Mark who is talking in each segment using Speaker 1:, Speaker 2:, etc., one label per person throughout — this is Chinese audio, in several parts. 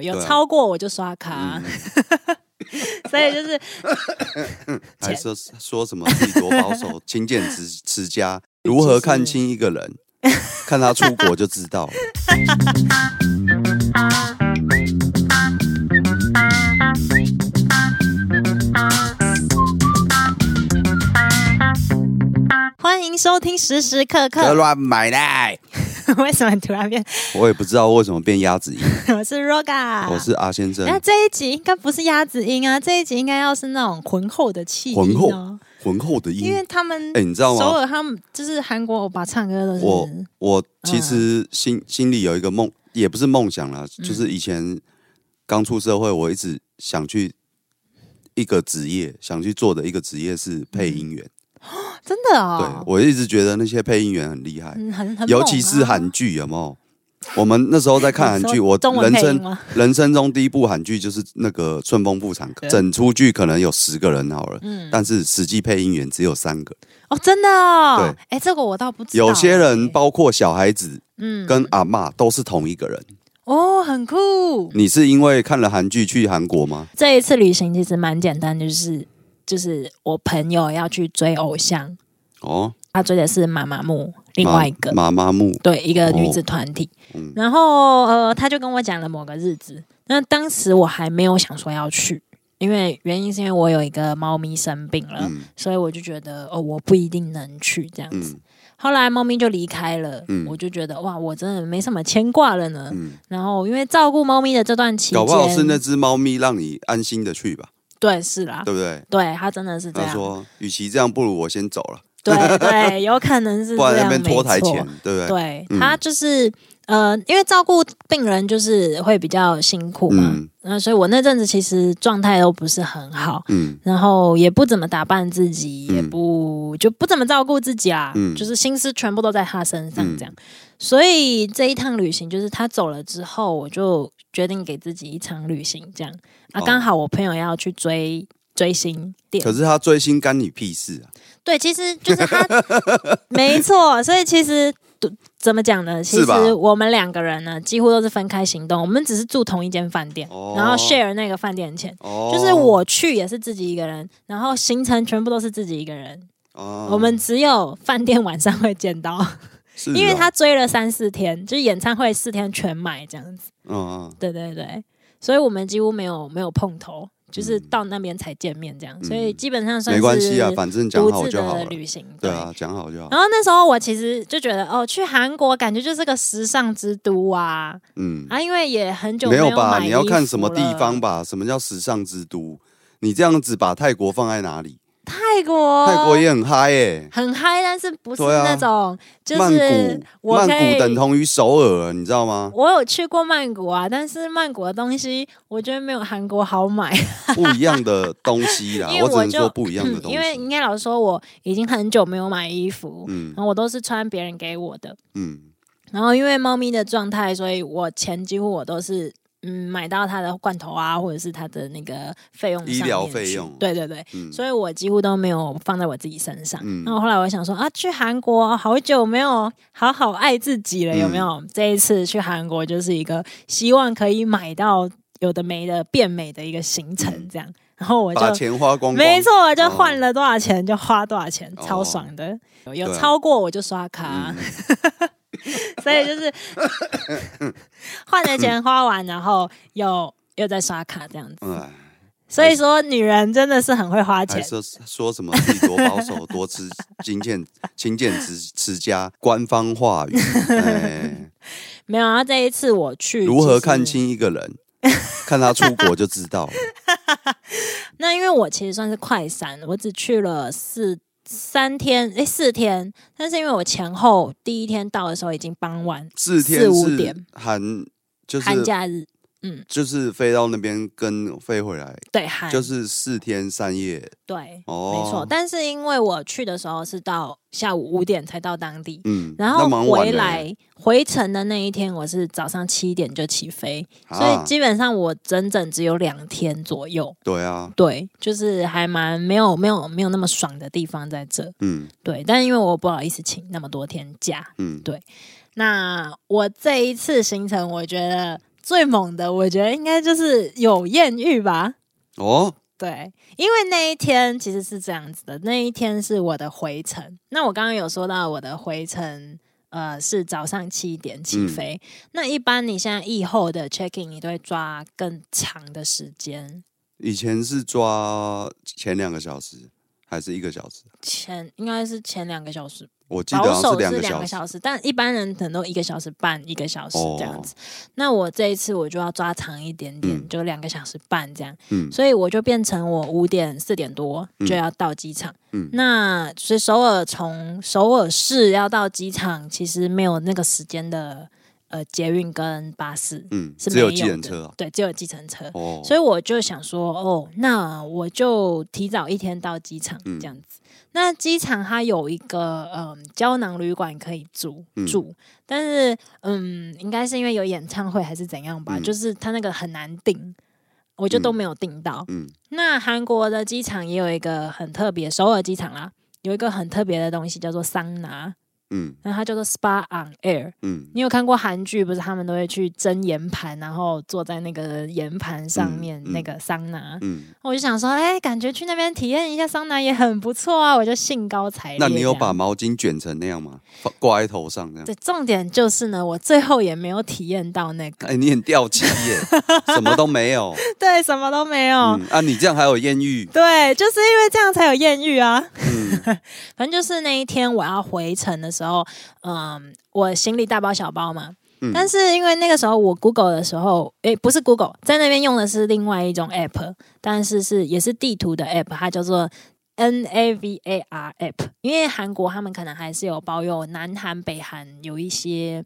Speaker 1: 有
Speaker 2: 对啊嗯
Speaker 1: 超过我就刷卡， 所以就是
Speaker 2: 还说说什么自己多保守、 勤俭持持家，如何看清一个人？看他出国就知 道了。
Speaker 1: 欢迎收听时时刻
Speaker 2: 不要
Speaker 1: 刻。
Speaker 2: 乱买嘞！
Speaker 1: 为什么突然变？
Speaker 2: 我也不知道为什么变鸭子音。
Speaker 1: 我是 Roga，
Speaker 2: 我是阿先生，
Speaker 1: 啊那这一集应该不是鸭子音啊，这一集应该要是那种浑厚的气音、哦、
Speaker 2: 浑厚浑厚的
Speaker 1: 因为
Speaker 2: 音。
Speaker 1: 他们，
Speaker 2: 哎、你知道
Speaker 1: 首
Speaker 2: 吗？
Speaker 1: 尔他们就是韩国欧巴唱歌都
Speaker 2: 我
Speaker 1: 是，
Speaker 2: 我其
Speaker 1: 嗯
Speaker 2: 实心、心里有一个梦，也不是梦想啦，
Speaker 1: 嗯
Speaker 2: 就是以前刚出社会，我一直想去一个职业，想去做的一个职业是配音员。
Speaker 1: 真的
Speaker 2: 对
Speaker 1: 嗯哦，
Speaker 2: 我一直觉得那些配音员很厉害。
Speaker 1: 嗯，很很猛啊、
Speaker 2: 尤其是韩剧，有没有？我们那时候在看韩
Speaker 1: 你
Speaker 2: 剧，
Speaker 1: 说
Speaker 2: 我
Speaker 1: 中文
Speaker 2: 人
Speaker 1: 配音
Speaker 2: 生
Speaker 1: 吗
Speaker 2: 人生中第一部韩剧就是那个《顺风妇产科》，
Speaker 1: 对嗯
Speaker 2: 整出剧可能有十个人好了，但是实际配音员只有三个。
Speaker 1: 哦，真的哦，
Speaker 2: 对
Speaker 1: 哎，这个我倒不知道，
Speaker 2: 有些人
Speaker 1: 哎
Speaker 2: 包括小孩子
Speaker 1: 嗯，
Speaker 2: 跟阿嬷都是同一个人。
Speaker 1: 哦，很酷。
Speaker 2: 你是因为看了韩剧去韩国吗？
Speaker 1: 这一次旅行其实蛮简单，就是就是我朋友要去追偶像，
Speaker 2: 哦，
Speaker 1: 他追的是妈妈木，另外一个
Speaker 2: 妈妈妈木，
Speaker 1: 对一个女子
Speaker 2: 哦
Speaker 1: 团体，然后呃，他就跟我讲了某个日子，那当时我还没有想说要去，因为原因是因为我有一个猫咪生病了，
Speaker 2: 嗯
Speaker 1: 所以我就觉得哦，我不一定能去这样子。
Speaker 2: 嗯
Speaker 1: 后来猫咪就离开了，
Speaker 2: 嗯
Speaker 1: 我就觉得哇，我真的没什么牵挂了呢。
Speaker 2: 嗯，
Speaker 1: 然后因为照顾猫咪的这段期间，
Speaker 2: 搞不好是那只猫咪让你安心的去吧，
Speaker 1: 对是啦，
Speaker 2: 对不对？
Speaker 1: 对它真的啊是这
Speaker 2: 他
Speaker 1: 样，
Speaker 2: 说，与其这样，不如我先走了，
Speaker 1: 对对，有可能是
Speaker 2: 不然
Speaker 1: 这
Speaker 2: 在
Speaker 1: 样
Speaker 2: 那边拖台前
Speaker 1: 没错，
Speaker 2: 对不对？
Speaker 1: 对啊
Speaker 2: 嗯
Speaker 1: 他就是、呃，因为照顾病人就是会比较辛苦嘛，
Speaker 2: 嗯
Speaker 1: 那、所以我那阵子其实状态都不是很好，
Speaker 2: 嗯
Speaker 1: 然后也不怎么打扮自己，
Speaker 2: 嗯
Speaker 1: 也不就不怎么照顾自己啦，
Speaker 2: 嗯
Speaker 1: 就是心思全部都在他身上
Speaker 2: 嗯
Speaker 1: 这样。所以这一趟旅行，就是他走了之后，我就决定给自己一场旅行这样啊。
Speaker 2: 哦
Speaker 1: 刚好我朋友要去追追星店，
Speaker 2: 可是他追星干你屁事啊？
Speaker 1: 对，其实就是 他，没错。所以其实怎么讲呢？其
Speaker 2: 是吧
Speaker 1: 实我们两个人呢，几乎都是分开行动。我们只是住同一间饭店，
Speaker 2: 哦
Speaker 1: 然后 share 那个饭店钱。
Speaker 2: 哦
Speaker 1: 就是我去也是自己一个人，然后行程全部都是自己一个人。
Speaker 2: 哦
Speaker 1: 我们只有饭店晚上会见到，
Speaker 2: 是
Speaker 1: 因为
Speaker 2: 哦
Speaker 1: 他追了三四天，就是演唱会四天全买这样子。
Speaker 2: 嗯嗯
Speaker 1: 对对对，所以我们几乎没有没有碰头，就是到那边才见面这样。所以基本上算
Speaker 2: 嗯没
Speaker 1: 是
Speaker 2: 关系啊，反正讲
Speaker 1: 独
Speaker 2: 好
Speaker 1: 自
Speaker 2: 就好
Speaker 1: 的
Speaker 2: 了。
Speaker 1: 旅行。
Speaker 2: 对啊，讲好就好。
Speaker 1: 然后那时候我其实就觉得，哦，去韩国感觉就是个时尚之都啊
Speaker 2: 嗯，
Speaker 1: 啊，因为也很久
Speaker 2: 没有
Speaker 1: 有
Speaker 2: 吧？
Speaker 1: 买
Speaker 2: 你要
Speaker 1: 衣
Speaker 2: 看
Speaker 1: 服
Speaker 2: 什么地
Speaker 1: 了
Speaker 2: 方？吧？什么叫时尚之都？你这样子把泰国放在哪里？
Speaker 1: 泰国，
Speaker 2: 泰国也很嗨耶、
Speaker 1: 很嗨，但是不是
Speaker 2: 对啊
Speaker 1: 那种、就
Speaker 2: 曼
Speaker 1: 是
Speaker 2: 谷，
Speaker 1: 我
Speaker 2: 曼
Speaker 1: 可以？
Speaker 2: 谷等同于首尔，你知道吗
Speaker 1: 我有去过曼谷啊，但是曼谷的东西我觉得没有韩国好买，
Speaker 2: 不一样的东 西啦，
Speaker 1: 因为
Speaker 2: 啊我只
Speaker 1: 我
Speaker 2: 能
Speaker 1: 就嗯
Speaker 2: 说不一样的东
Speaker 1: 因为应
Speaker 2: 西。
Speaker 1: 该老实说，我已经很久没有买衣服，
Speaker 2: 嗯
Speaker 1: 然后我都是穿别人给我的。
Speaker 2: 嗯，
Speaker 1: 然后因为猫咪的状态，所以我钱几乎我都是嗯买到它的罐头啊，或者是它的那个费用
Speaker 2: 医
Speaker 1: 上
Speaker 2: 疗
Speaker 1: 面
Speaker 2: 费
Speaker 1: 去
Speaker 2: 用
Speaker 1: 对对对，
Speaker 2: 嗯
Speaker 1: 所以我几乎都没有放在我自己身上。
Speaker 2: 嗯
Speaker 1: 然后后来我想说啊，去韩国好久没有好好爱自己了，有
Speaker 2: 嗯
Speaker 1: 没有？这一次去韩国就是一个希望可以买到有的没的变美的一个行程，这样。然后我就
Speaker 2: 嗯把钱花光光，
Speaker 1: 没错，就
Speaker 2: 哦
Speaker 1: 换了多少钱就花多少钱，
Speaker 2: 哦
Speaker 1: 超爽的。有有
Speaker 2: 对啊
Speaker 1: 超过我就刷卡，
Speaker 2: 嗯
Speaker 1: 所以就是 换了钱花完，然后又又再刷卡这样子。
Speaker 2: 嗯，哎
Speaker 1: 所以说，女人真的是很会花
Speaker 2: 还
Speaker 1: 钱。
Speaker 2: 说说什么自己多保守、多吃勤俭、勤俭持持家，官方话 语，哎，
Speaker 1: 没有啊，这一次我去
Speaker 2: 如何
Speaker 1: 其实
Speaker 2: 看清一个人？看他出国就知道了。
Speaker 1: 那因为我其实算是快闪，我只去了四三天，诶，四天。但是因为我前后第一天到的时候已经傍晚，
Speaker 2: 四
Speaker 1: 四
Speaker 2: 天
Speaker 1: 五
Speaker 2: 是
Speaker 1: 点
Speaker 2: 寒，就是
Speaker 1: 寒假日，
Speaker 2: 就是飞到那边跟飞回来，
Speaker 1: 对，寒
Speaker 2: 就是四天三夜。
Speaker 1: 对，
Speaker 2: 哦
Speaker 1: 哎没错。但是因为我去的时候是到下午五点才到当地，
Speaker 2: 嗯，
Speaker 1: 然
Speaker 2: 那
Speaker 1: 后
Speaker 2: 蛮晚
Speaker 1: 回
Speaker 2: 的
Speaker 1: 来回程的那一天，我是早上七点就起飞，
Speaker 2: 啊
Speaker 1: 所以基本上我整整只有两天左右。
Speaker 2: 对啊，
Speaker 1: 对，就是还蛮没有没有没有那么爽的地方在这。
Speaker 2: 嗯
Speaker 1: 对，但因为我不好意思请那么多天假，
Speaker 2: 嗯，
Speaker 1: 那我这一次行程，我觉得最猛的，我觉得应该就是有艳遇吧。
Speaker 2: 哦，
Speaker 1: 对，因为那一天其实是这样子的，那一天是我的回程。那我刚刚有说到我的回程，呃，是早上七点起飞。那一般你现在疫后的 check in，你都会抓更长的时间，
Speaker 2: 以前是抓前两个小时还是一个小时？
Speaker 1: 前应该是前两个小时
Speaker 2: 我记得
Speaker 1: 保
Speaker 2: 好像
Speaker 1: 守
Speaker 2: 是两
Speaker 1: 是
Speaker 2: 个
Speaker 1: 两
Speaker 2: 小
Speaker 1: 个
Speaker 2: 时。
Speaker 1: 小时，但一般人可能都一个小时半、一个小时这样
Speaker 2: 哦
Speaker 1: 子。那我这一次我就要抓长一点点，
Speaker 2: 嗯
Speaker 1: 就两个小时半这样，
Speaker 2: 嗯
Speaker 1: 所以我就变成我五点四点多就要到机场。
Speaker 2: 嗯
Speaker 1: 那所以首尔从首尔市要到机场，其实没有那个时间的呃捷运跟巴士，
Speaker 2: 嗯，
Speaker 1: 是
Speaker 2: 只有
Speaker 1: 没
Speaker 2: 计
Speaker 1: 有
Speaker 2: 程
Speaker 1: 的
Speaker 2: 车啊。
Speaker 1: 对，只有计程车。
Speaker 2: 哦，
Speaker 1: 所以我就想说，哦，那我就提早一天到机场
Speaker 2: 嗯
Speaker 1: 这样子。那机场它有一个嗯胶囊旅馆可以住
Speaker 2: 嗯
Speaker 1: 住，但是嗯，应该是因为有演唱会还是怎样吧，
Speaker 2: 嗯
Speaker 1: 就是它那个很难订，我就都
Speaker 2: 嗯
Speaker 1: 没有订到。
Speaker 2: 嗯
Speaker 1: 那韩国的机场也有一个很特别，首尔机场啦，有一个很特别的东西叫做桑拿，
Speaker 2: 嗯
Speaker 1: 那它叫做 SPA on air。
Speaker 2: 嗯
Speaker 1: 你有看过韩剧？不是他们都会去蒸岩盘，然后坐在那个岩盘上面、
Speaker 2: 嗯嗯
Speaker 1: 那个桑拿。
Speaker 2: 嗯，
Speaker 1: 我就想说，哎、感觉去那边体验一下桑拿也很不错啊！我就兴高采烈这
Speaker 2: 那
Speaker 1: 样。
Speaker 2: 你有把毛巾卷成那样吗？放挂在头上这样？
Speaker 1: 对，重点就是呢，我最后也没有体验到那个，
Speaker 2: 哎，你很掉漆耶，什么都没
Speaker 1: 哦
Speaker 2: 有。
Speaker 1: 对，什么都没有。
Speaker 2: 嗯，啊，你这样还有艳遇？
Speaker 1: 对，就是因为这样才有艳遇啊。
Speaker 2: 嗯
Speaker 1: 反正就是那一天我要回程的时候，嗯，我行李大包小包嘛，
Speaker 2: 嗯
Speaker 1: 但是因为那个时候我 Google 的时候，诶，不是 Google，在那边用的是另外一种 App，但是是也是地图的 App，它叫做 NAVAR App。因为韩国他们可能还是有保有南韩、北韩有一些，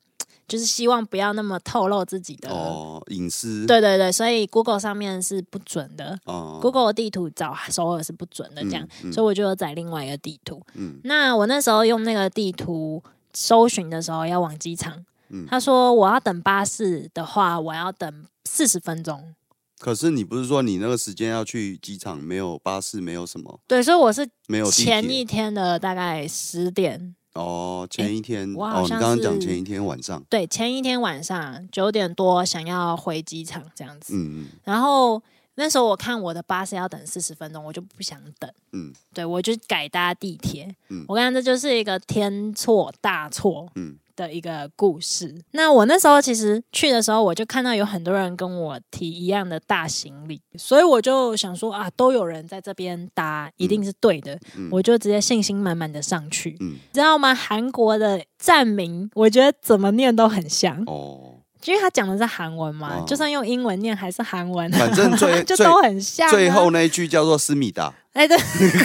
Speaker 1: 就是希望不要那么透露自己的。
Speaker 2: 哦，隐私。
Speaker 1: 对对对，所以 Google 上面是不准的。
Speaker 2: 哦
Speaker 1: Google 地图找首尔是不准的，这样，
Speaker 2: 嗯嗯
Speaker 1: 所以我就有载另外一个地图。
Speaker 2: 嗯
Speaker 1: 那我那时候用那个地图搜寻的时候，要往机场。
Speaker 2: 嗯
Speaker 1: 他说我要等巴士的话，我要等四十分钟。
Speaker 2: 可是你不是说你那个时间要去机场，没有巴士，没有什么，
Speaker 1: 对，所以我是
Speaker 2: 没有地铁
Speaker 1: 前一天的大概十点，
Speaker 2: 哦，前一天、
Speaker 1: 我好
Speaker 2: 哦，你
Speaker 1: 像
Speaker 2: 刚刚讲
Speaker 1: 是
Speaker 2: 前一天晚上，
Speaker 1: 对，前一天晚上九点多想要回机场这样子。
Speaker 2: 嗯
Speaker 1: 然后那时候我看我的巴士要等四十分钟，我就不想等，
Speaker 2: 嗯
Speaker 1: 对我就改搭地铁。
Speaker 2: 嗯
Speaker 1: 我感觉这就是一个天错大错。
Speaker 2: 嗯
Speaker 1: 的一个故事。那我那时候其实去的时候，我就看到有很多人跟我提一样的大行李，所以我就想说啊，都有人在这边搭，一定是对的，
Speaker 2: 嗯
Speaker 1: 我就直接信心满满的上去。
Speaker 2: 嗯，
Speaker 1: 知道吗？韩国的站名，我觉得怎么念都很像，
Speaker 2: 哦，
Speaker 1: 因为他讲的是韩文嘛，
Speaker 2: 哦
Speaker 1: 就算用英文念还是韩文、
Speaker 2: 反正 最
Speaker 1: 就
Speaker 2: 最
Speaker 1: 都很像、啊
Speaker 2: 最后，那一句叫做思密达，
Speaker 1: 哎， 对，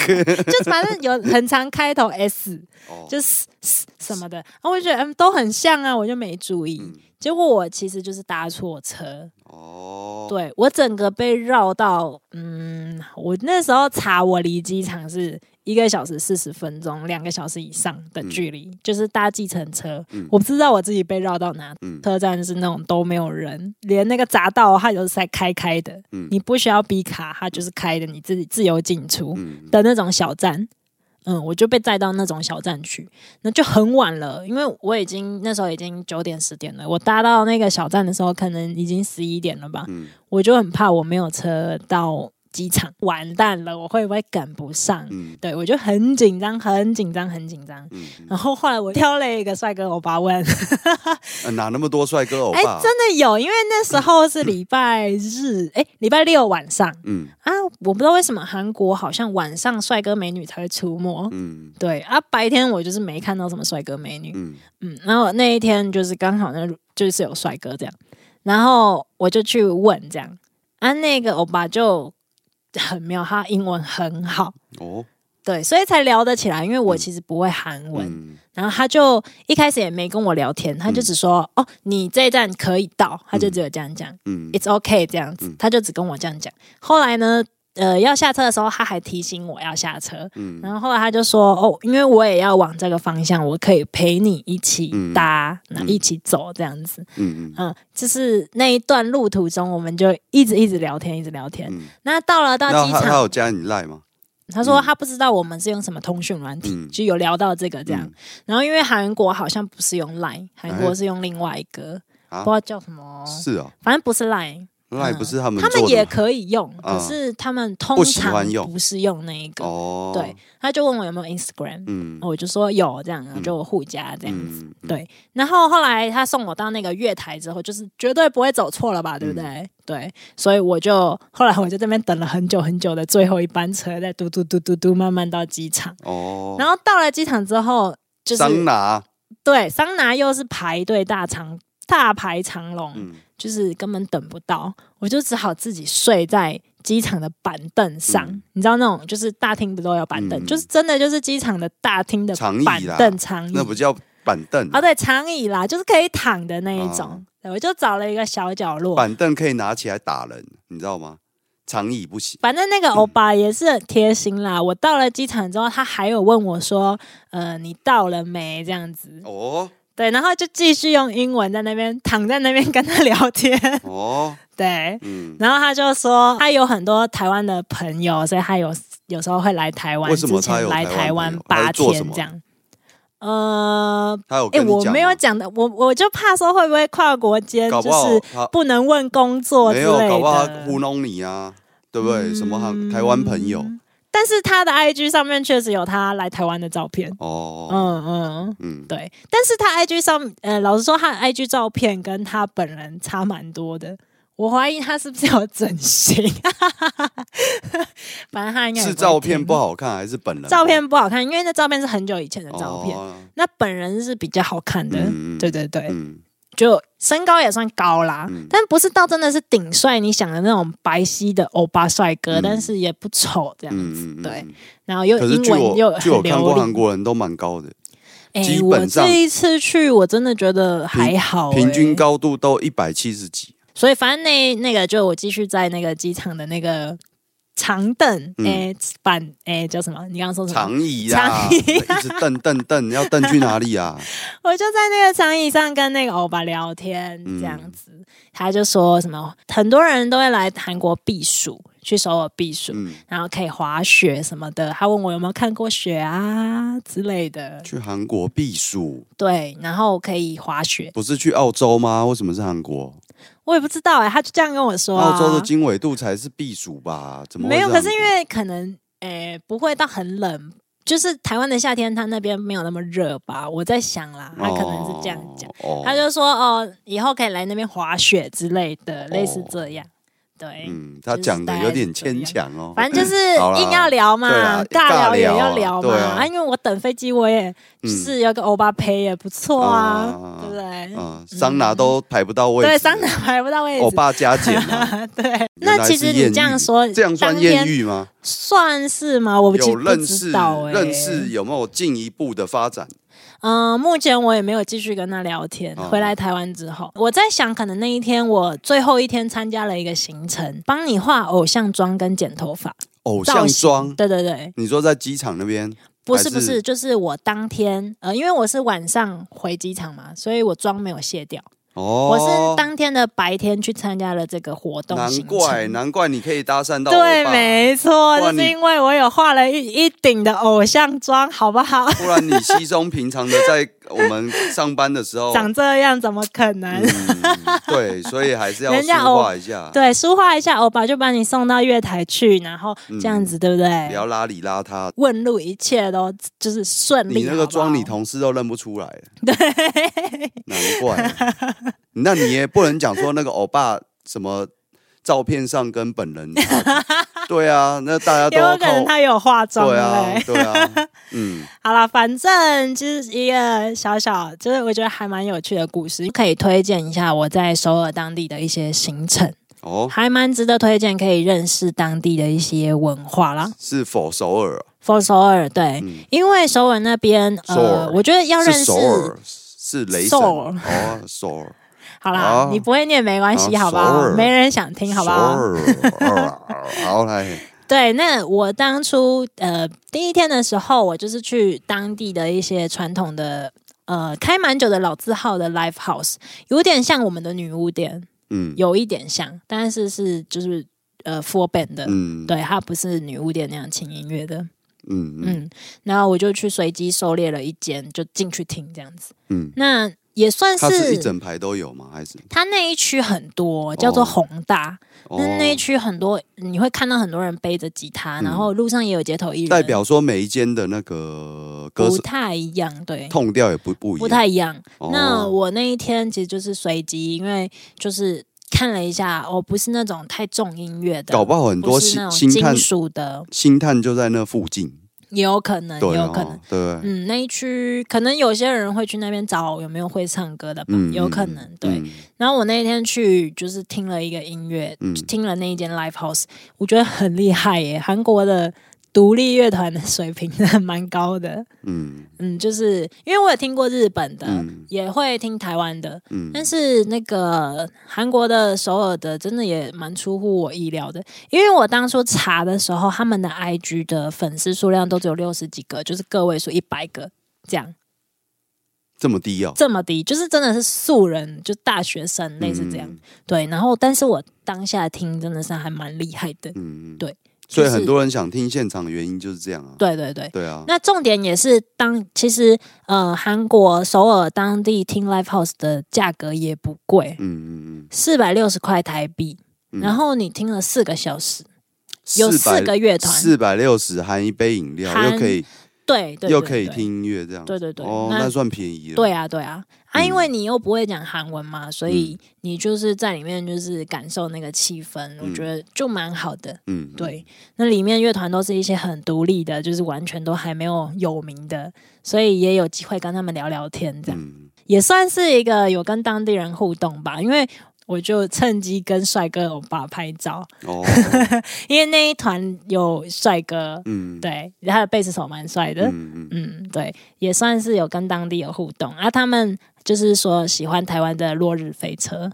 Speaker 1: 就反正有很常开头 S，
Speaker 2: 哦，
Speaker 1: 就是什么的，然后我就觉得嗯都很像啊，我就没注意。
Speaker 2: 嗯
Speaker 1: 结果我其实就是搭错车，
Speaker 2: 哦，，
Speaker 1: 对我整个被绕到，嗯，我那时候查我离机场是一个小时四十分钟，两个小时以上的距离，就是搭计程车，
Speaker 2: 嗯
Speaker 1: 我不知道我自己被绕到哪。
Speaker 2: 嗯
Speaker 1: 车站是那种都没有人，连那个匝道它有时在开开的，
Speaker 2: 嗯
Speaker 1: 你不需要逼卡，它就是开的，你自己自由进出
Speaker 2: 嗯
Speaker 1: 的那种小站。嗯，我就被载到那种小站去，那就很晚了，因为我已经那时候已经九点十点了。我搭到那个小站的时候，可能已经十一点了吧，
Speaker 2: 嗯
Speaker 1: 我就很怕我没有车到机场，完蛋了，我会不会赶不上？
Speaker 2: 嗯
Speaker 1: 对我就很紧张，很紧张，很紧张。
Speaker 2: 嗯，嗯
Speaker 1: 然后后来我挑了一个帅哥欧巴 问，
Speaker 2: 啊哪那么多帅哥欧
Speaker 1: 哎、
Speaker 2: 巴？啊
Speaker 1: 真的有，因为那时候是礼拜日，哎、礼拜六晚上
Speaker 2: 嗯
Speaker 1: 啊，我不知道为什么韩国好像晚上帅哥美女才会出没。
Speaker 2: 嗯
Speaker 1: 对啊，白天我就是没看到什么帅哥美女，
Speaker 2: 嗯
Speaker 1: 嗯，然后那一天就是刚好那就是有帅哥这样，然后我就去问这样，啊，那个欧巴就很妙，他英文很好，
Speaker 2: 哦，
Speaker 1: 对，所以才聊得起来，因为我其实不会韩文，
Speaker 2: 嗯
Speaker 1: 然后他就一开始也没跟我聊天，他就只说、哦，你这一站可以到，他就只有这样讲、
Speaker 2: 嗯
Speaker 1: i t s OK 这样子
Speaker 2: 嗯，
Speaker 1: 他就只跟我这样讲。后来呢，呃，要下车的时候，他还提醒我要下车，
Speaker 2: 嗯
Speaker 1: 然后后来他就说：“哦，因为我也要往这个方向，我可以陪你一起搭，那、一起走这样子。
Speaker 2: 嗯”嗯
Speaker 1: 嗯，就是那一段路途中，我们就一直一直聊天，一直聊天。
Speaker 2: 嗯，
Speaker 1: 那到了到
Speaker 2: 那
Speaker 1: 机
Speaker 2: 他他
Speaker 1: 场，
Speaker 2: 有加你赖吗？
Speaker 1: 他说他不知道我们是用什么通讯软体，
Speaker 2: 嗯
Speaker 1: 就有聊到这个这样。
Speaker 2: 嗯
Speaker 1: 然后因为韩国好像不是用 Line，韩国
Speaker 2: 哎
Speaker 1: 是用另外一个。
Speaker 2: 啊
Speaker 1: 不知道叫什么，
Speaker 2: 是啊
Speaker 1: 反正不是 Line，
Speaker 2: ，Line 不是他们
Speaker 1: 哦嗯他
Speaker 2: 做
Speaker 1: 们
Speaker 2: 的
Speaker 1: 也
Speaker 2: 吗
Speaker 1: 可以用，
Speaker 2: 啊
Speaker 1: 可是他们通
Speaker 2: 不喜
Speaker 1: 常
Speaker 2: 欢用
Speaker 1: 不是用那一个。
Speaker 2: 哦，
Speaker 1: 对，，他就问我有没有 Instagram，
Speaker 2: 嗯
Speaker 1: 我就说有这样，然后
Speaker 2: 嗯
Speaker 1: 就互加这样子。
Speaker 2: 嗯，嗯
Speaker 1: 对，然后后来他送我到那个月台之后，就是绝对不会走错了吧，对不
Speaker 2: 嗯
Speaker 1: 对？对，所以我就后来我就这边等了很久很久的最后一班车，再嘟嘟嘟嘟嘟慢慢到机场。
Speaker 2: 哦，
Speaker 1: 然后到了机场之后，就是
Speaker 2: 桑拿，
Speaker 1: 对桑拿又是排队大长大排长龙，
Speaker 2: 嗯，
Speaker 1: 就是根本等不到，我就只好自己睡在机场的板凳上。
Speaker 2: 嗯
Speaker 1: 你知道那种就是大厅不都有板凳，
Speaker 2: 嗯
Speaker 1: 就是真的就是机场的大厅的
Speaker 2: 长椅
Speaker 1: 板
Speaker 2: 啦
Speaker 1: 凳长椅，
Speaker 2: 那不叫板凳
Speaker 1: 啊，，对，长椅啦，就是可以躺的那一种。
Speaker 2: 哦
Speaker 1: 对，我就找了一个小角落。
Speaker 2: 板凳可以拿起来打人，你知道吗？长椅不行，
Speaker 1: 反正那个
Speaker 2: 嗯
Speaker 1: 欧巴也是很贴心啦。我到了机场之后，他还有问我说：“呃，你到了没？”这样子，
Speaker 2: 哦
Speaker 1: 对，然后就继续用英文在那边躺在那边跟他聊天，
Speaker 2: 哦，
Speaker 1: 对。
Speaker 2: 嗯，
Speaker 1: 然后他就说，他有很多台湾的朋友，所以他有有时候会来台湾，
Speaker 2: 为什么
Speaker 1: 之前
Speaker 2: 他有
Speaker 1: 来
Speaker 2: 台
Speaker 1: 台
Speaker 2: 湾朋
Speaker 1: 湾
Speaker 2: 友他
Speaker 1: 八
Speaker 2: 是做什
Speaker 1: 天
Speaker 2: 么
Speaker 1: 这样？呃，
Speaker 2: 他有
Speaker 1: 哎、
Speaker 2: 跟
Speaker 1: 我
Speaker 2: 你讲吗，啊
Speaker 1: 没有讲的，我我就怕说会不会跨国间，
Speaker 2: 搞
Speaker 1: 就
Speaker 2: 不好
Speaker 1: 是
Speaker 2: 他
Speaker 1: 不能问工作之
Speaker 2: 没
Speaker 1: 类
Speaker 2: 有，搞不好他
Speaker 1: 的嗯
Speaker 2: 糊。弄你啊，对不对？什么韩台湾朋友
Speaker 1: 但是他的 IG 上面确实有他来台湾的照片，
Speaker 2: 哦，
Speaker 1: 嗯嗯，
Speaker 2: 嗯，
Speaker 1: 对。但是他 IG 上，呃，老实说，他的 IG 照片跟他本人差蛮多的。我怀疑他是不是有整形， 反正他应该也
Speaker 2: 是
Speaker 1: 会
Speaker 2: 照片
Speaker 1: 听
Speaker 2: 不，好看还是本人不好
Speaker 1: 照片不好看，因为那照片是很久以前的照片，
Speaker 2: 哦
Speaker 1: 那本人是比较好看的。
Speaker 2: 嗯嗯
Speaker 1: 对对对，
Speaker 2: 嗯，
Speaker 1: 就身高也算高啦，
Speaker 2: 嗯
Speaker 1: 但不是到真的是顶帅，你想的那种白皙的欧巴帅哥，
Speaker 2: 嗯
Speaker 1: 但是也不丑这样子。
Speaker 2: 嗯嗯嗯
Speaker 1: 对
Speaker 2: 嗯
Speaker 1: 然后又
Speaker 2: 可是
Speaker 1: 英
Speaker 2: 据
Speaker 1: 文又
Speaker 2: 我据我
Speaker 1: 很
Speaker 2: 看过韩
Speaker 1: 流利。
Speaker 2: 国人都蛮高的，
Speaker 1: 哎、
Speaker 2: 基
Speaker 1: 我
Speaker 2: 本上
Speaker 1: 这一次去，我真的觉得还好、哎
Speaker 2: 平均。高度都一百七十几，
Speaker 1: 所以反正那那个就我继续在那个机场的那个长凳，哎、
Speaker 2: 嗯
Speaker 1: 板，哎、叫什么？你刚刚说什么？
Speaker 2: 长椅呀，
Speaker 1: 长啊
Speaker 2: 一直蹬蹬蹬， 要蹬去哪里 啊？
Speaker 1: 我就在那个长椅上跟那个欧巴聊天，
Speaker 2: 嗯
Speaker 1: 这样子，他就说什么，很多人都会来韩国避暑，去首尔避暑，
Speaker 2: 嗯，
Speaker 1: 然后可以滑雪什么的。他问我有没有看过雪啊之类的，
Speaker 2: 去韩国避暑
Speaker 1: 对，然后可以滑雪，
Speaker 2: 不是去澳洲吗？为什么是韩国？
Speaker 1: 我也不知道哎、他就这样跟我说、啊。
Speaker 2: 澳洲的经纬度才是避暑吧？怎么会
Speaker 1: 没有，可
Speaker 2: 韩
Speaker 1: 是因为可能诶、不会到很冷，就是台湾的夏天，他那边没有那么热吧？我在想啦，他可能是这样讲，
Speaker 2: 哦哦，哦
Speaker 1: 他就说哦，以后可以来那边滑雪之类的，类似这样，对。
Speaker 2: 嗯，他讲的有点牵强哦。
Speaker 1: 反正就是
Speaker 2: 好啦
Speaker 1: 硬要聊嘛
Speaker 2: 对啦，
Speaker 1: 尬聊
Speaker 2: 尬
Speaker 1: 也
Speaker 2: 聊啊
Speaker 1: 要聊嘛。
Speaker 2: 对啊
Speaker 1: 因为我等飞机，我也
Speaker 2: 嗯
Speaker 1: 是有个欧巴陪也不错啊，
Speaker 2: 啊
Speaker 1: 对不对？
Speaker 2: 嗯，桑拿都排不到位置，
Speaker 1: 对，桑拿排不到位
Speaker 2: 欧
Speaker 1: 置。啊
Speaker 2: 巴加减嘛。
Speaker 1: 对，
Speaker 2: 原
Speaker 1: 那
Speaker 2: 来
Speaker 1: 其实
Speaker 2: 是艳
Speaker 1: 你
Speaker 2: 遇
Speaker 1: 这样说，
Speaker 2: 这样算
Speaker 1: 当
Speaker 2: 艳
Speaker 1: 天
Speaker 2: 遇吗？
Speaker 1: 算是吗？我其实
Speaker 2: 有
Speaker 1: 不
Speaker 2: 认识
Speaker 1: 知道哎、
Speaker 2: 认识有没有进一步的发展？
Speaker 1: 嗯，目前我也没有继续跟他聊天。
Speaker 2: 哦
Speaker 1: 回来台湾之后，我在想，可能那一天我最后一天参加了一个行程，帮你画偶像妆跟剪头发。
Speaker 2: 偶像妆，
Speaker 1: 对对对，
Speaker 2: 你说在机场那边
Speaker 1: 不
Speaker 2: 还
Speaker 1: 是不
Speaker 2: 是
Speaker 1: 是，就是我当天呃，因为我是晚上回机场嘛，所以我妆没有卸掉。
Speaker 2: 哦，
Speaker 1: 我是当天的白天去参加了这个活动
Speaker 2: 难
Speaker 1: 行
Speaker 2: 怪
Speaker 1: 程。
Speaker 2: 难怪你可以搭讪到
Speaker 1: 对，
Speaker 2: 欧巴
Speaker 1: 没错，
Speaker 2: 哇
Speaker 1: 就是
Speaker 2: 你
Speaker 1: 因为我有画了一一顶的偶像妆，好不好？
Speaker 2: 不然你稀松平常的在我们上班的时候
Speaker 1: 长这样怎么可能？
Speaker 2: 哦嗯，对，所以还是要
Speaker 1: 人家
Speaker 2: 说化一下，
Speaker 1: 对，梳化一下，欧巴就把你送到月台去，然后这样子，对不
Speaker 2: 不
Speaker 1: 对？
Speaker 2: 要邋里邋遢。
Speaker 1: 问路一切都就是顺利。
Speaker 2: 你那个妆，你
Speaker 1: 头，
Speaker 2: 同事都认不出来 了，难怪。那你也不能讲说那个欧巴什么照片上跟本人差 距，对啊，那大家都
Speaker 1: 有
Speaker 2: 要
Speaker 1: 可能
Speaker 2: 靠，
Speaker 1: 他有化妆，
Speaker 2: 对
Speaker 1: 对不
Speaker 2: 啊
Speaker 1: 对？，
Speaker 2: 对啊，嗯，
Speaker 1: 好啦，反正就是一个小小，就是我觉得还蛮有趣的故事，可以推荐一下我在首尔当地的一些行程，
Speaker 2: 哦，
Speaker 1: 还蛮值得推荐，可以认识当地的一些文化啦。
Speaker 2: 是否首尔啊？
Speaker 1: For 首尔，对，
Speaker 2: 嗯
Speaker 1: 因为首尔那边，
Speaker 2: 首
Speaker 1: 呃，
Speaker 2: 尔
Speaker 1: 我觉得要认
Speaker 2: 是
Speaker 1: 识
Speaker 2: 首尔，是雷神
Speaker 1: 首尔
Speaker 2: 哦，首尔，
Speaker 1: 好啦，
Speaker 2: 啊
Speaker 1: 你不会念没关系，
Speaker 2: 啊
Speaker 1: 好不
Speaker 2: 首
Speaker 1: 好？
Speaker 2: 尔
Speaker 1: 没人想听，好不好？
Speaker 2: 首尔，啊好来，
Speaker 1: 对，那我当初呃第一天的时候，我就是去当地的一些传统的呃开蛮久的老字号的 live house，有点像我们的女巫店，
Speaker 2: 嗯
Speaker 1: 有一点像，但是是就是呃 four band 的，
Speaker 2: 嗯，
Speaker 1: 对，它不是女巫店那样轻音乐的，
Speaker 2: 嗯 嗯
Speaker 1: 嗯，然后我就去随机狩猎了一间，就进去听这样子。
Speaker 2: 嗯
Speaker 1: 那也算
Speaker 2: 它是一
Speaker 1: 是
Speaker 2: 整排都有吗？还是
Speaker 1: 它那一区很多，叫做
Speaker 2: 哦
Speaker 1: 宏大。
Speaker 2: 哦
Speaker 1: 那那一区很多，你会看到很多人背着吉他，然后路上也有街头艺人，
Speaker 2: 嗯代表说每一间的那个歌
Speaker 1: 不
Speaker 2: 手
Speaker 1: 太一样，对，
Speaker 2: 痛调也不不一
Speaker 1: 不
Speaker 2: 样。
Speaker 1: 太一样。
Speaker 2: 哦
Speaker 1: 那我那一天其实就是随机，因为就是看了一下，我不是那种太重音乐的，
Speaker 2: 搞不好很
Speaker 1: 不
Speaker 2: 多
Speaker 1: 是
Speaker 2: 星
Speaker 1: 那种
Speaker 2: 星探
Speaker 1: 金属的，
Speaker 2: 星探就在那附近，
Speaker 1: 也有可能，也
Speaker 2: 对
Speaker 1: 嗯有
Speaker 2: 哦，
Speaker 1: 可能。
Speaker 2: 对不对，
Speaker 1: 嗯，那一区可能有些人会去那边找有没有会唱歌的吧，
Speaker 2: 嗯，
Speaker 1: 有
Speaker 2: 嗯
Speaker 1: 可能对。，
Speaker 2: 嗯
Speaker 1: 然后我那一天去就是听了一个音乐，
Speaker 2: 嗯
Speaker 1: 听了那一间 live house，我觉得很厉害耶，韩国的独立乐团的水平真的蛮高的。
Speaker 2: 嗯
Speaker 1: 嗯，就是因为我有听过日本的，
Speaker 2: 嗯
Speaker 1: 也会听台湾的，
Speaker 2: 嗯
Speaker 1: 呃但是那个韩国的首尔的真的也蛮出乎我意料的，因为我当初查的时候，他们的 IG 的粉丝数量都只有六十几个，就是个位数一百个这样。
Speaker 2: 这么低哦，
Speaker 1: 这么低，就是真的是素人，就大学生类似这样。
Speaker 2: 嗯
Speaker 1: 对，然后但是我当下听真的是还蛮厉害的。
Speaker 2: 嗯，嗯
Speaker 1: 对，
Speaker 2: 所以
Speaker 1: 就是
Speaker 2: 很多人想听现场的原因就是这样啊，
Speaker 1: 对对对。
Speaker 2: 对啊，
Speaker 1: 那重点也是当其实呃韩国首尔当地听 live house 的价格也不贵，
Speaker 2: 嗯嗯
Speaker 1: 四百六十块台币，
Speaker 2: 嗯，
Speaker 1: 然后你听了四个小时，有四个乐团，
Speaker 2: 四百六十含一杯饮料，
Speaker 1: 含
Speaker 2: 又可以
Speaker 1: 对对对
Speaker 2: 又可以
Speaker 1: 对
Speaker 2: 听音乐这样，
Speaker 1: 对对对
Speaker 2: 哦，
Speaker 1: 那
Speaker 2: 那算便宜了，
Speaker 1: 对啊，对啊，啊，
Speaker 2: 嗯
Speaker 1: 因为你又不会讲韩文嘛，所以你就是在里面就是感受那个气氛，
Speaker 2: 嗯
Speaker 1: 我觉得就蛮好的。
Speaker 2: 嗯，嗯，
Speaker 1: 对，那里面乐团都是一些很独立的，就是完全都还没有有名的，所以也有机会跟他们聊聊天，这样、
Speaker 2: 嗯，
Speaker 1: 也算是一个有跟当地人互动吧。因为我就趁机跟帅哥欧巴拍照，
Speaker 2: 哦，
Speaker 1: 因为那一团有帅哥，
Speaker 2: 嗯，
Speaker 1: 对，他的贝斯手蛮帅的，
Speaker 2: 嗯嗯，
Speaker 1: 嗯，对，也算是有跟当地有互动啊。他们就是说喜欢台湾的落日飞车，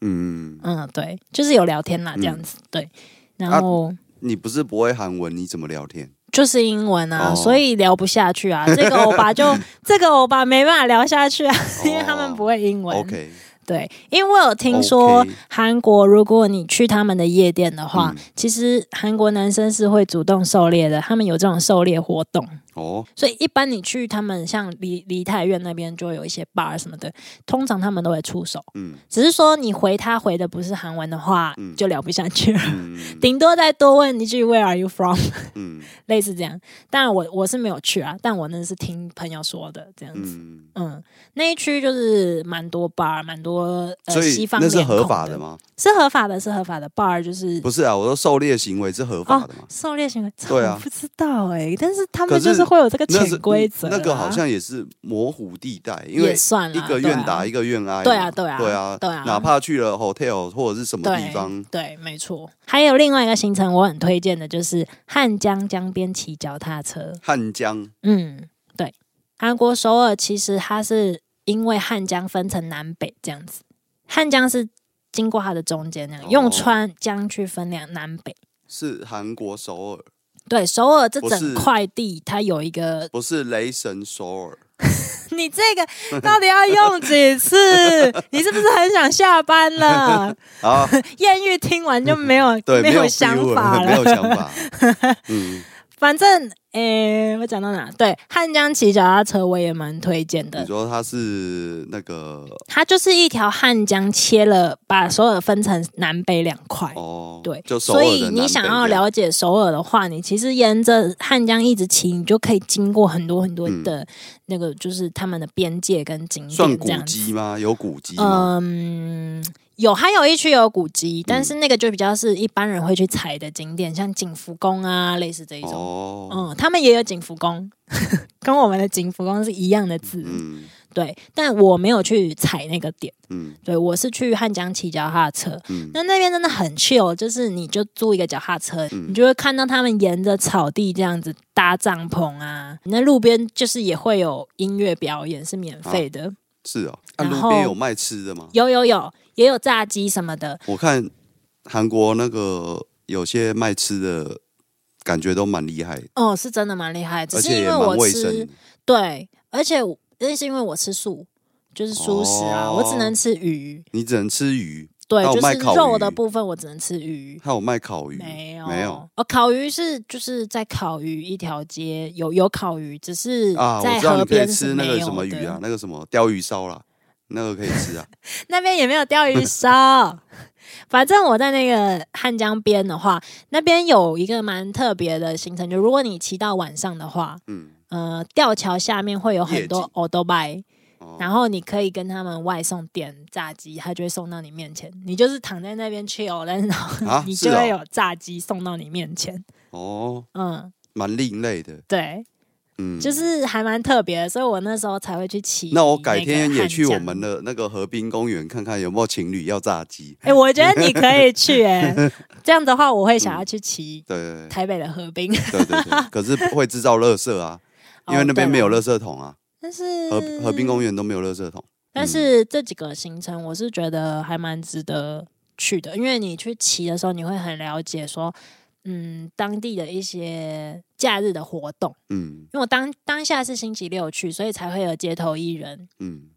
Speaker 2: 嗯嗯，
Speaker 1: 嗯，对，就是有聊天啦，这样子，对。
Speaker 2: 啊
Speaker 1: 然后、
Speaker 2: 你不是不会韩文，你怎么聊天？
Speaker 1: 就是英文啊，
Speaker 2: 哦
Speaker 1: 所以聊不下去 啊。这个欧巴就这个欧巴没办法聊下去啊，因为他们不会英文。
Speaker 2: 哦 OK，
Speaker 1: 对，因为我有听说
Speaker 2: OK
Speaker 1: 韩国，如果你去他们的夜店的话，
Speaker 2: 嗯
Speaker 1: 其实韩国男生是会主动狩猎的，他们有这种狩猎活动。
Speaker 2: 哦，
Speaker 1: 所以一般你去他们像梨梨泰院那边就会有一些 bar 什么的，通常他们都会出手，
Speaker 2: 嗯
Speaker 1: 只是说你回他回的不是韩文的话，
Speaker 2: 嗯
Speaker 1: 就聊不下去了，
Speaker 2: 嗯
Speaker 1: 顶多再多问一句 Where are you from，
Speaker 2: 嗯
Speaker 1: 类似这样。当然我我是没有去啊，但我那是听朋友说的这样子。嗯
Speaker 2: 嗯，
Speaker 1: 那一区就是蛮多 bar，蛮多呃
Speaker 2: 所
Speaker 1: 西
Speaker 2: 以
Speaker 1: 方
Speaker 2: 那
Speaker 1: 面
Speaker 2: 是合
Speaker 1: 孔
Speaker 2: 法
Speaker 1: 的
Speaker 2: 的？吗？
Speaker 1: 是合法的，是合法的 bar 就是
Speaker 2: 不是啊，我说狩猎行为是合法的吗？
Speaker 1: 狩猎行为。这
Speaker 2: 对啊
Speaker 1: 我不知道哎、但是他
Speaker 2: 可
Speaker 1: 们就是是会有这个
Speaker 2: 那是嗯
Speaker 1: 潜规则啊、
Speaker 2: 那个好像也是模糊地带，因
Speaker 1: 也
Speaker 2: 为
Speaker 1: 算
Speaker 2: 一
Speaker 1: 啦
Speaker 2: 个
Speaker 1: 对
Speaker 2: 愿
Speaker 1: 啊
Speaker 2: 打一个愿挨嘛。
Speaker 1: 对啊对啊
Speaker 2: 对啊，
Speaker 1: 对啊
Speaker 2: 哪怕去了 hotel 或者是什么地方，
Speaker 1: 对，没错。还有另外一个行程我很推荐的，就是汉江江边骑脚踏车。
Speaker 2: 汉江，
Speaker 1: 嗯，对，韩国首尔其实它是因为汉江分成南北这样子，汉江是经过它的中间那样，
Speaker 2: 哦
Speaker 1: 用川江去分两南北。
Speaker 2: 是韩国首尔，
Speaker 1: 对，首尔这
Speaker 2: 不是
Speaker 1: 整块地，它有一个，
Speaker 2: 不是雷神首尔。
Speaker 1: 你这 个到底要用几次？你是不是很想下班了？
Speaker 2: 啊，
Speaker 1: 艳遇听完就没有
Speaker 2: 对，没
Speaker 1: 有
Speaker 2: feel
Speaker 1: 想
Speaker 2: 了
Speaker 1: 法
Speaker 2: 没
Speaker 1: 了
Speaker 2: 有，想法。嗯
Speaker 1: 反正，诶、我讲到哪？对，汉江骑脚踏车我也蛮推荐
Speaker 2: 你
Speaker 1: 的。
Speaker 2: 说它是那个
Speaker 1: 它就是一条汉江切了，把首尔分成南北两块。
Speaker 2: 哦，
Speaker 1: 哎对，
Speaker 2: 就首尔
Speaker 1: 所
Speaker 2: 的
Speaker 1: 以
Speaker 2: 南
Speaker 1: 你
Speaker 2: 北
Speaker 1: 想
Speaker 2: 这
Speaker 1: 要
Speaker 2: 样
Speaker 1: 了解首尔的话，你其实沿着汉江一直骑，你就可以经过很多很多
Speaker 2: 嗯
Speaker 1: 的那个，就是他们的边界跟景
Speaker 2: 算
Speaker 1: 点这
Speaker 2: 古
Speaker 1: 样子。
Speaker 2: 迹吗？有古迹吗？
Speaker 1: 嗯，有，还有一区有古
Speaker 2: 嗯
Speaker 1: 迹，但是那个就比较是一般人会去踩的景点，像景福宫啊，类似这一种。
Speaker 2: 哦，
Speaker 1: 嗯，他们也有景福宫， 跟我们的景福宫是一样的字，
Speaker 2: 嗯
Speaker 1: 对。但我没有去踩那个点，
Speaker 2: 嗯
Speaker 1: 对我是去汉江骑脚踏车。
Speaker 2: 嗯
Speaker 1: 那那边真的很 chill，就是你就租一个脚踏车，
Speaker 2: 嗯
Speaker 1: 你就会看到他们沿着草地这样子搭帐篷啊。那路边就是也会有音乐表演，是免费的。
Speaker 2: 是哦。那
Speaker 1: 然
Speaker 2: 路
Speaker 1: 后
Speaker 2: 边有卖吃的吗？
Speaker 1: 有有有，也有炸鸡什么的。
Speaker 2: 我看韩国那个有些卖吃的，感觉都蛮厉害的，
Speaker 1: 哦，是真的蛮厉害，只
Speaker 2: 而
Speaker 1: 是
Speaker 2: 且
Speaker 1: 因
Speaker 2: 也
Speaker 1: 为
Speaker 2: 蛮
Speaker 1: 我
Speaker 2: 卫
Speaker 1: 吃
Speaker 2: 生的。
Speaker 1: 对，而且我那是因为我吃素，就是素食啊，
Speaker 2: 哦
Speaker 1: 我只能吃鱼。
Speaker 2: 你只能吃鱼，
Speaker 1: 对，
Speaker 2: 还有
Speaker 1: 就
Speaker 2: 卖
Speaker 1: 是
Speaker 2: 烤
Speaker 1: 肉
Speaker 2: 鱼
Speaker 1: 的部分我只能吃鱼，
Speaker 2: 还有卖烤鱼，
Speaker 1: 没有
Speaker 2: 嗯没有
Speaker 1: 哦，烤鱼是就是在烤鱼一条街有有烤鱼，只是
Speaker 2: 啊？我
Speaker 1: 在
Speaker 2: 知道
Speaker 1: 河
Speaker 2: 你可以
Speaker 1: 边是
Speaker 2: 吃那
Speaker 1: 没
Speaker 2: 个
Speaker 1: 有
Speaker 2: 什么
Speaker 1: 的
Speaker 2: 啊鱼啊，那个什么鲷鱼烧啦，那个可以吃啊。
Speaker 1: 那边也没有钓鱼烧。反正我在那个汉江边的话，那边有一个蛮特别的行程，就如果你骑到晚上的话，
Speaker 2: 嗯，
Speaker 1: 呃，吊桥下面会有很
Speaker 2: 夜
Speaker 1: 多
Speaker 2: 景
Speaker 1: o d o b y
Speaker 2: 哦
Speaker 1: 然后你可以跟他们外送点炸鸡，他就会送到你面前。你就是躺在那边 chill，但是然后
Speaker 2: 啊，
Speaker 1: 你
Speaker 2: 是
Speaker 1: 就会
Speaker 2: 哦，
Speaker 1: 有炸鸡送到你面前。
Speaker 2: 哦，
Speaker 1: 嗯，
Speaker 2: 蛮另类的，
Speaker 1: 对，
Speaker 2: 嗯，
Speaker 1: 就是还蛮特别的，所以我那时候才会去骑。
Speaker 2: 那我改天也去我们。的那个河滨公园看看有没有情侣要炸鸡。
Speaker 1: 哎、我觉得你可以去 哎、这样的话我会想要去骑
Speaker 2: 对对
Speaker 1: 台北的河滨，
Speaker 2: 对对对对，可是会制造垃圾啊，因为那边没有
Speaker 1: 了。
Speaker 2: 垃圾桶啊，
Speaker 1: 但是
Speaker 2: 河河滨公园嗯都没有垃圾桶。
Speaker 1: 但是这几个行程，我是觉得还蛮值得去的，因为你去骑的时候，你会很了解说，嗯，当地的一些假日的活动。
Speaker 2: 嗯
Speaker 1: 因为我当当下是星期六去，所以才会有街头艺人，
Speaker 2: 嗯，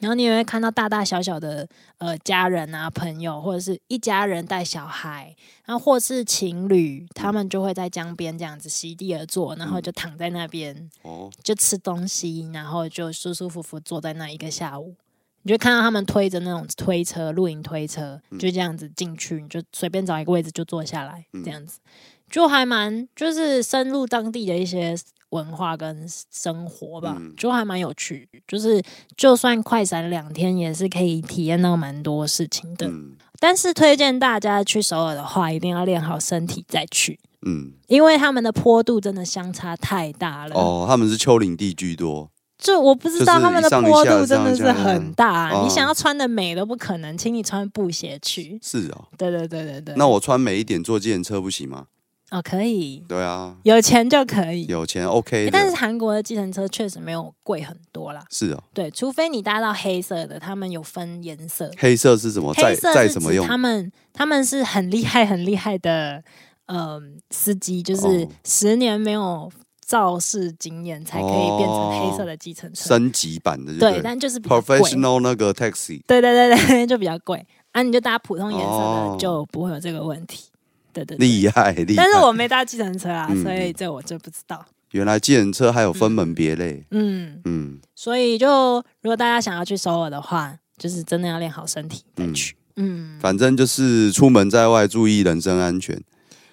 Speaker 1: 然后你也会看到大大小小的呃家人啊、朋友，或者是一家人带小孩，然后或是情侣，他们就会在江边这样子席地而坐，然后就躺在那边。
Speaker 2: 哦，
Speaker 1: 就吃东西，然后就舒舒服服坐在那一个下午。你就看到他们推着那种推车、露营推车，
Speaker 2: 嗯
Speaker 1: 就这样子进去，你就随便找一个位置就坐下来，这样子就还蛮就是深入当地的一些文化跟生活吧，
Speaker 2: 嗯
Speaker 1: 就还蛮有趣。就是就算快闪两天，也是可以体验到蛮多事情的。
Speaker 2: 嗯
Speaker 1: 但是推荐大家去首尔的话，一定要练好身体再去，
Speaker 2: 嗯，
Speaker 1: 因为他们的坡度真的相差太大了。
Speaker 2: 哦，他们是丘陵地居多，
Speaker 1: 就我不知道
Speaker 2: 就是
Speaker 1: 他们的
Speaker 2: 一上一
Speaker 1: 坡
Speaker 2: 下
Speaker 1: 度真的
Speaker 2: 上一
Speaker 1: 是
Speaker 2: 下
Speaker 1: 很大，
Speaker 2: 嗯
Speaker 1: 你想要穿的美都不可能，请你穿布鞋去。
Speaker 2: 是哦。
Speaker 1: 对对对对对，
Speaker 2: 那我穿美一点坐计程车不行吗？
Speaker 1: 哦可以，
Speaker 2: 对啊，
Speaker 1: 有钱就可以。
Speaker 2: 有钱
Speaker 1: 欸
Speaker 2: OK
Speaker 1: 但是
Speaker 2: 的，
Speaker 1: 韩国的计程车确实没有贵很多啦，
Speaker 2: 是哦。
Speaker 1: 对，除非你搭到黑色的，他们有分颜色，
Speaker 2: 黑色是什么？在
Speaker 1: 黑色
Speaker 2: 在
Speaker 1: 是
Speaker 2: 什么
Speaker 1: 指
Speaker 2: 用？
Speaker 1: 他们他们是很厉害很厉害的，嗯、司机就是
Speaker 2: 哦
Speaker 1: 十年没有肇事经验才可以变成
Speaker 2: 哦
Speaker 1: 黑色的计程车，
Speaker 2: 升级版的就
Speaker 1: 对，
Speaker 2: 对了
Speaker 1: 但就是比较贵。
Speaker 2: professional 那个 taxi
Speaker 1: 对对对对，就比较贵啊，你就搭普通颜色的
Speaker 2: 哦
Speaker 1: 就不会有这个问题。对对对
Speaker 2: 厉害厉害
Speaker 1: 但。是我没搭计程车啊，
Speaker 2: 嗯
Speaker 1: 所以这我就不知道。
Speaker 2: 原来计程车还有分门别类，
Speaker 1: 嗯，
Speaker 2: 嗯，
Speaker 1: 所以就如果大家想要去首尔的话，就是真的要练好身体再
Speaker 2: 嗯
Speaker 1: 去。嗯，
Speaker 2: 反正就是出门在外注意人身 安全，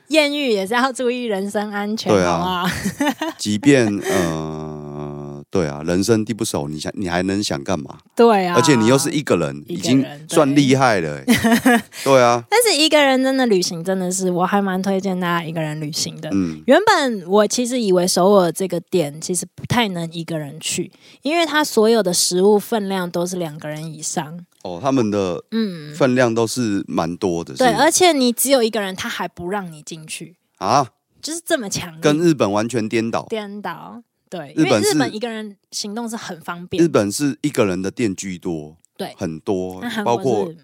Speaker 1: 艳遇也是要注意人身安全，
Speaker 2: 对
Speaker 1: 好
Speaker 2: 啊
Speaker 1: 不好？
Speaker 2: 即便呃，对啊，人生地不熟，你想你还能想干嘛？
Speaker 1: 对啊，
Speaker 2: 而且你又是一个人，
Speaker 1: 一个人
Speaker 2: 已经算厉害了、欸， 对啊，
Speaker 1: 但是一个人真的旅行，真的是我还蛮推荐大家一个人旅行的。
Speaker 2: 嗯
Speaker 1: 原本我其实以为首尔这个店其实不太能一个人去，因为它所有的食物分量都是两个人以上。
Speaker 2: 哦，他们的
Speaker 1: 嗯，
Speaker 2: 分量都是蛮多的，是
Speaker 1: 对，而且你只有一个人，他还不让你进去，
Speaker 2: 啊，
Speaker 1: 就是这么强
Speaker 2: 跟
Speaker 1: 烈
Speaker 2: 日本完全颠倒。
Speaker 1: 颠倒。对，因
Speaker 2: 日
Speaker 1: 为
Speaker 2: 本是
Speaker 1: 日本一个人行动是很方
Speaker 2: 日
Speaker 1: 便，
Speaker 2: 本是一个人的店居多，
Speaker 1: 对
Speaker 2: 很多
Speaker 1: 那，韩
Speaker 2: 包
Speaker 1: 国
Speaker 2: 括
Speaker 1: 是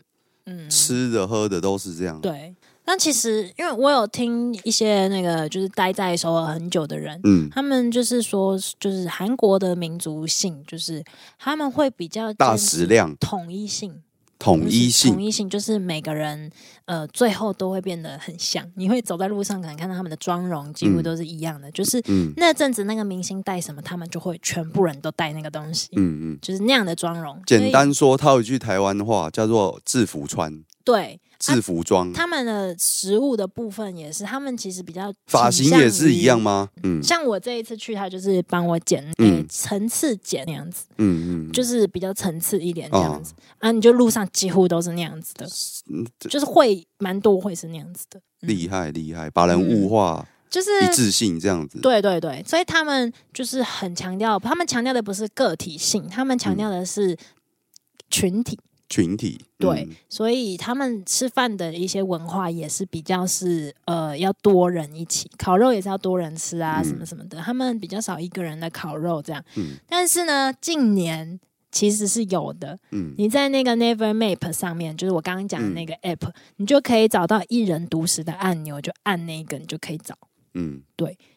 Speaker 1: 嗯
Speaker 2: 吃的喝的都是这样。
Speaker 1: 对。但其实因为我有听一些那个就是待在首尔很久的人，
Speaker 2: 嗯，
Speaker 1: 他们就是说，就是韩国的民族性，就是他们会比较坚
Speaker 2: 大
Speaker 1: 持
Speaker 2: 食量、
Speaker 1: 统一性，
Speaker 2: 统一
Speaker 1: 统
Speaker 2: 性，
Speaker 1: 一性就是每个人呃最后都会变得很像。你会走在路上，可能看到他们的妆容几乎
Speaker 2: 嗯
Speaker 1: 都是一样的，就是
Speaker 2: 嗯
Speaker 1: 那阵子那个明星戴什么，他们就会全部人都戴那个东西，
Speaker 2: 嗯嗯。
Speaker 1: 就是那样的妆容。所
Speaker 2: 简
Speaker 1: 以
Speaker 2: 单说，套一句台湾话，叫做制服
Speaker 1: 啊
Speaker 2: 穿、
Speaker 1: 对。
Speaker 2: 制服装，
Speaker 1: 他们的食物的部分也是，他们其实比较
Speaker 2: 发
Speaker 1: 倾
Speaker 2: 型
Speaker 1: 向
Speaker 2: 也是一样
Speaker 1: 于。
Speaker 2: 吗？嗯
Speaker 1: 像我这一次去，他就是帮我剪，
Speaker 2: 嗯
Speaker 1: 嗯，层次剪那样子。
Speaker 2: 嗯嗯，
Speaker 1: 就是比较层次一点这样子、啊，你就路上几乎都是那样子的，
Speaker 2: 哦嗯这
Speaker 1: 就是会蛮多会是那样子的，
Speaker 2: 厉害厉害，把人物化
Speaker 1: 就是
Speaker 2: 一致性这样子。
Speaker 1: 嗯对对对，所以他们就是很强调，他们强调的不是个体性，他们强调的是群体，
Speaker 2: 群体嗯
Speaker 1: 对，所以他们吃饭的一些文化也是比较是呃要多人一起，烤肉也是要多人吃啊，
Speaker 2: 嗯
Speaker 1: 什么什么的，他们比较少一个人的烤肉这样，
Speaker 2: 嗯
Speaker 1: 但是呢，近年其实是有的，
Speaker 2: 嗯嗯
Speaker 1: 你在那个 Never Map 上面，就是我刚刚讲的那个 app，、你就可以找到一人独食的按钮，就按那个，你就可以找。
Speaker 2: 嗯，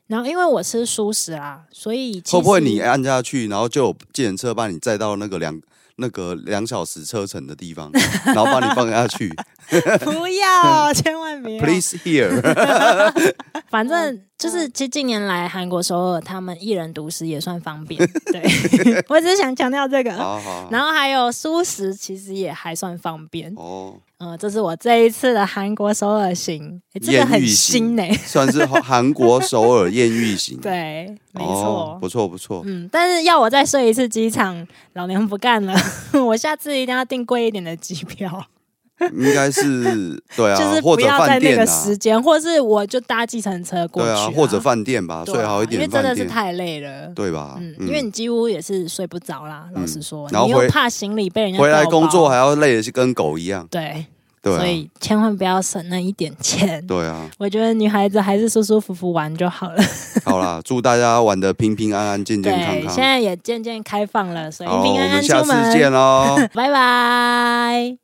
Speaker 1: 然后因为我吃素食啦，所以其实
Speaker 2: 会不会你按下去，然后就有计程车把你载到那个两那个两小时车程的 地方，然后把你放下去
Speaker 1: 不要，千万别啊
Speaker 2: ？Please here，
Speaker 1: 反正就是，其实近年来韩国首尔他们一人独食也算方 便，对 我只是想强调这个。
Speaker 2: 好好好
Speaker 1: 然后还有素食，其实也还算方便。
Speaker 2: 哦，
Speaker 1: 嗯，这是我这一次的韩国首尔行，诶这个
Speaker 2: 艳
Speaker 1: 很
Speaker 2: 遇
Speaker 1: 新
Speaker 2: 型
Speaker 1: 呢、
Speaker 2: 算是韩韩国首尔艳遇型，，
Speaker 1: 对，没
Speaker 2: 哦
Speaker 1: 错，。
Speaker 2: 不错不错，
Speaker 1: 嗯，但是要我再睡一次机场，老娘不干了！ 我下次一定要订贵一点的机票，
Speaker 2: 应该 是对啊，
Speaker 1: 就是
Speaker 2: 或
Speaker 1: 不
Speaker 2: 者
Speaker 1: 要在
Speaker 2: 饭
Speaker 1: 那
Speaker 2: 店
Speaker 1: 个
Speaker 2: 啊
Speaker 1: 时，间，或是我就搭计程车过
Speaker 2: 对
Speaker 1: 去、
Speaker 2: 啊，或者饭店吧，
Speaker 1: 对啊
Speaker 2: 最好一
Speaker 1: 因
Speaker 2: 点
Speaker 1: 为真
Speaker 2: 饭
Speaker 1: 的是
Speaker 2: 店，
Speaker 1: 太累了。
Speaker 2: 对吧？
Speaker 1: 嗯，因为你几乎也是睡不着啦，老实说，
Speaker 2: 然后
Speaker 1: 你又
Speaker 2: 回
Speaker 1: 怕行李被人家
Speaker 2: 回来
Speaker 1: 调
Speaker 2: 工作
Speaker 1: 包
Speaker 2: 还要累的是跟狗一样，
Speaker 1: 对，
Speaker 2: 对
Speaker 1: 所
Speaker 2: 啊，
Speaker 1: 以千万不要省那一点钱。
Speaker 2: 对啊。
Speaker 1: 我觉得女孩子还是舒舒服服玩就好了。
Speaker 2: 好啦，祝大家玩的平平安安、健健康
Speaker 1: 对，现
Speaker 2: 康。
Speaker 1: 在也渐渐开放了，所以
Speaker 2: 好，
Speaker 1: 平
Speaker 2: 我
Speaker 1: 安安
Speaker 2: 们
Speaker 1: 出
Speaker 2: 下
Speaker 1: 门。
Speaker 2: 次见喽。
Speaker 1: 拜拜。